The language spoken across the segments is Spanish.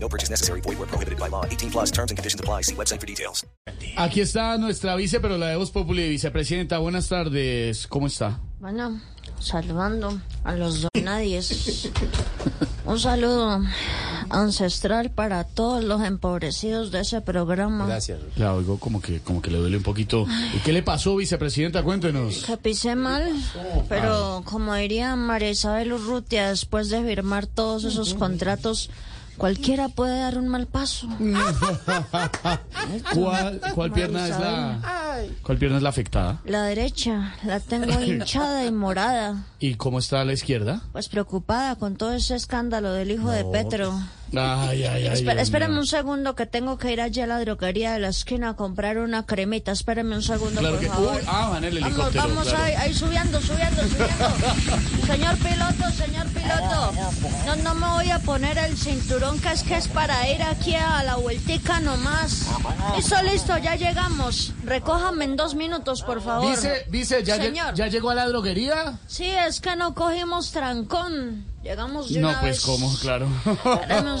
No purchase necessary. Void where prohibited by law. 18 plus terms and conditions apply. See website for details. Aquí está nuestra vice, pero la de Voz Populi, vicepresidenta. Buenas tardes. ¿Cómo está? Bueno, saludando a los donadies. Un saludo ancestral para todos los empobrecidos de ese programa. Gracias. La oigo como que, como que le duele un poquito. ¿Y qué le pasó, vicepresidenta? Cuéntenos. Que pisé mal, pero como diría María Isabel Urrutia, después de firmar todos esos contratos, cualquiera puede dar un mal paso. Ah, ¿Cuál, cuál pierna es la cuál pierna es la afectada? La derecha la tengo hinchada y morada, ¿Y cómo está la izquierda? pues preocupada con todo ese escándalo del hijo de Petro. Ay, ay, ay. Espera, Dios mío. espérame un segundo que tengo que ir allá a la droguería de la esquina a comprar una cremita. Espérame un segundo, Claro por que. favor. Uy, ah, van en el Vamos, helicóptero. vamos claro. ahí, ahí subiendo, subiendo, subiendo. Señor piloto, señor piloto. No, no me voy a poner el cinturón que es que es para ir aquí a la vueltica nomás. Listo, listo, ya llegamos. Recójame en dos minutos, por favor. Dice, dice, ya, lle- Señor. ya llegó a la droguería. Sí, es que no cogimos trancón. Llegamos de No, una pues vez. cómo, claro. Espérame un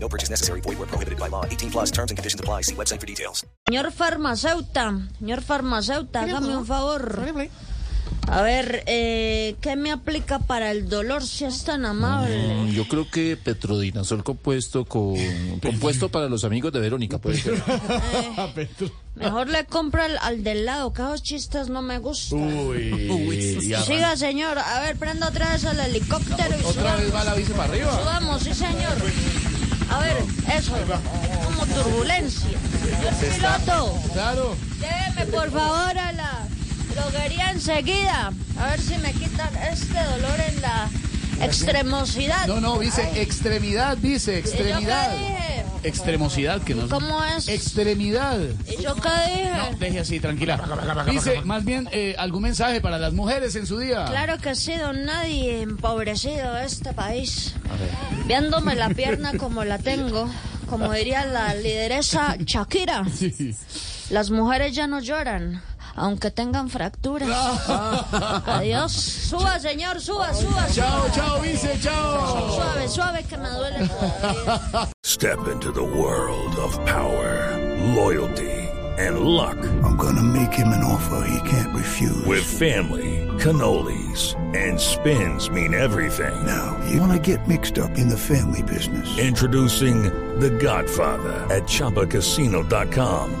No purchase necessary. Void where prohibited by law. 18 plus terms and conditions apply. See website for details. Señor farmacéuta, señor farmacéuta, hágame un favor. A ver, eh, ¿qué me aplica para el dolor si es tan amable? Yo creo que petrodinazol compuesto con compuesto para los amigos de Verónica, puede ser. Mejor le compra al, al del lado, que esos chistes no me gustan. Uy, y arran- Siga, señor. A ver, prenda otra vez el helicóptero y Otra subamos. vez va la vice para arriba. Subamos, sí, señor. A ver, eso. Como turbulencia. Señor piloto, Claro. lléveme por favor a la droguería enseguida. A ver si me quitan este dolor en la extremosidad. No, no, dice extremidad, dice ¿Y yo extremidad. qué dije? Extremosidad, que no ¿Cómo es? Extremidad. ¿Y yo qué No, dije? deje así, tranquila. Dice, más bien, eh, algún mensaje para las mujeres en su día. Claro que sí, don nadie empobrecido de este país. Viéndome la pierna como la tengo, como diría la lideresa Shakira. Sí. Las mujeres ya no lloran, aunque tengan fracturas. Adiós. Suba, señor, suba, suba. Chao, suba. chao, vice, chao. Suave, suave, que me duele todavía. Step into the world of power, loyalty, and luck I'm gonna make him an offer he can't refuse. with family, cannolis, and spins mean everything. Now, you wanna get mixed up in the family business. Introducing The Godfather at ChumbaCasino.com.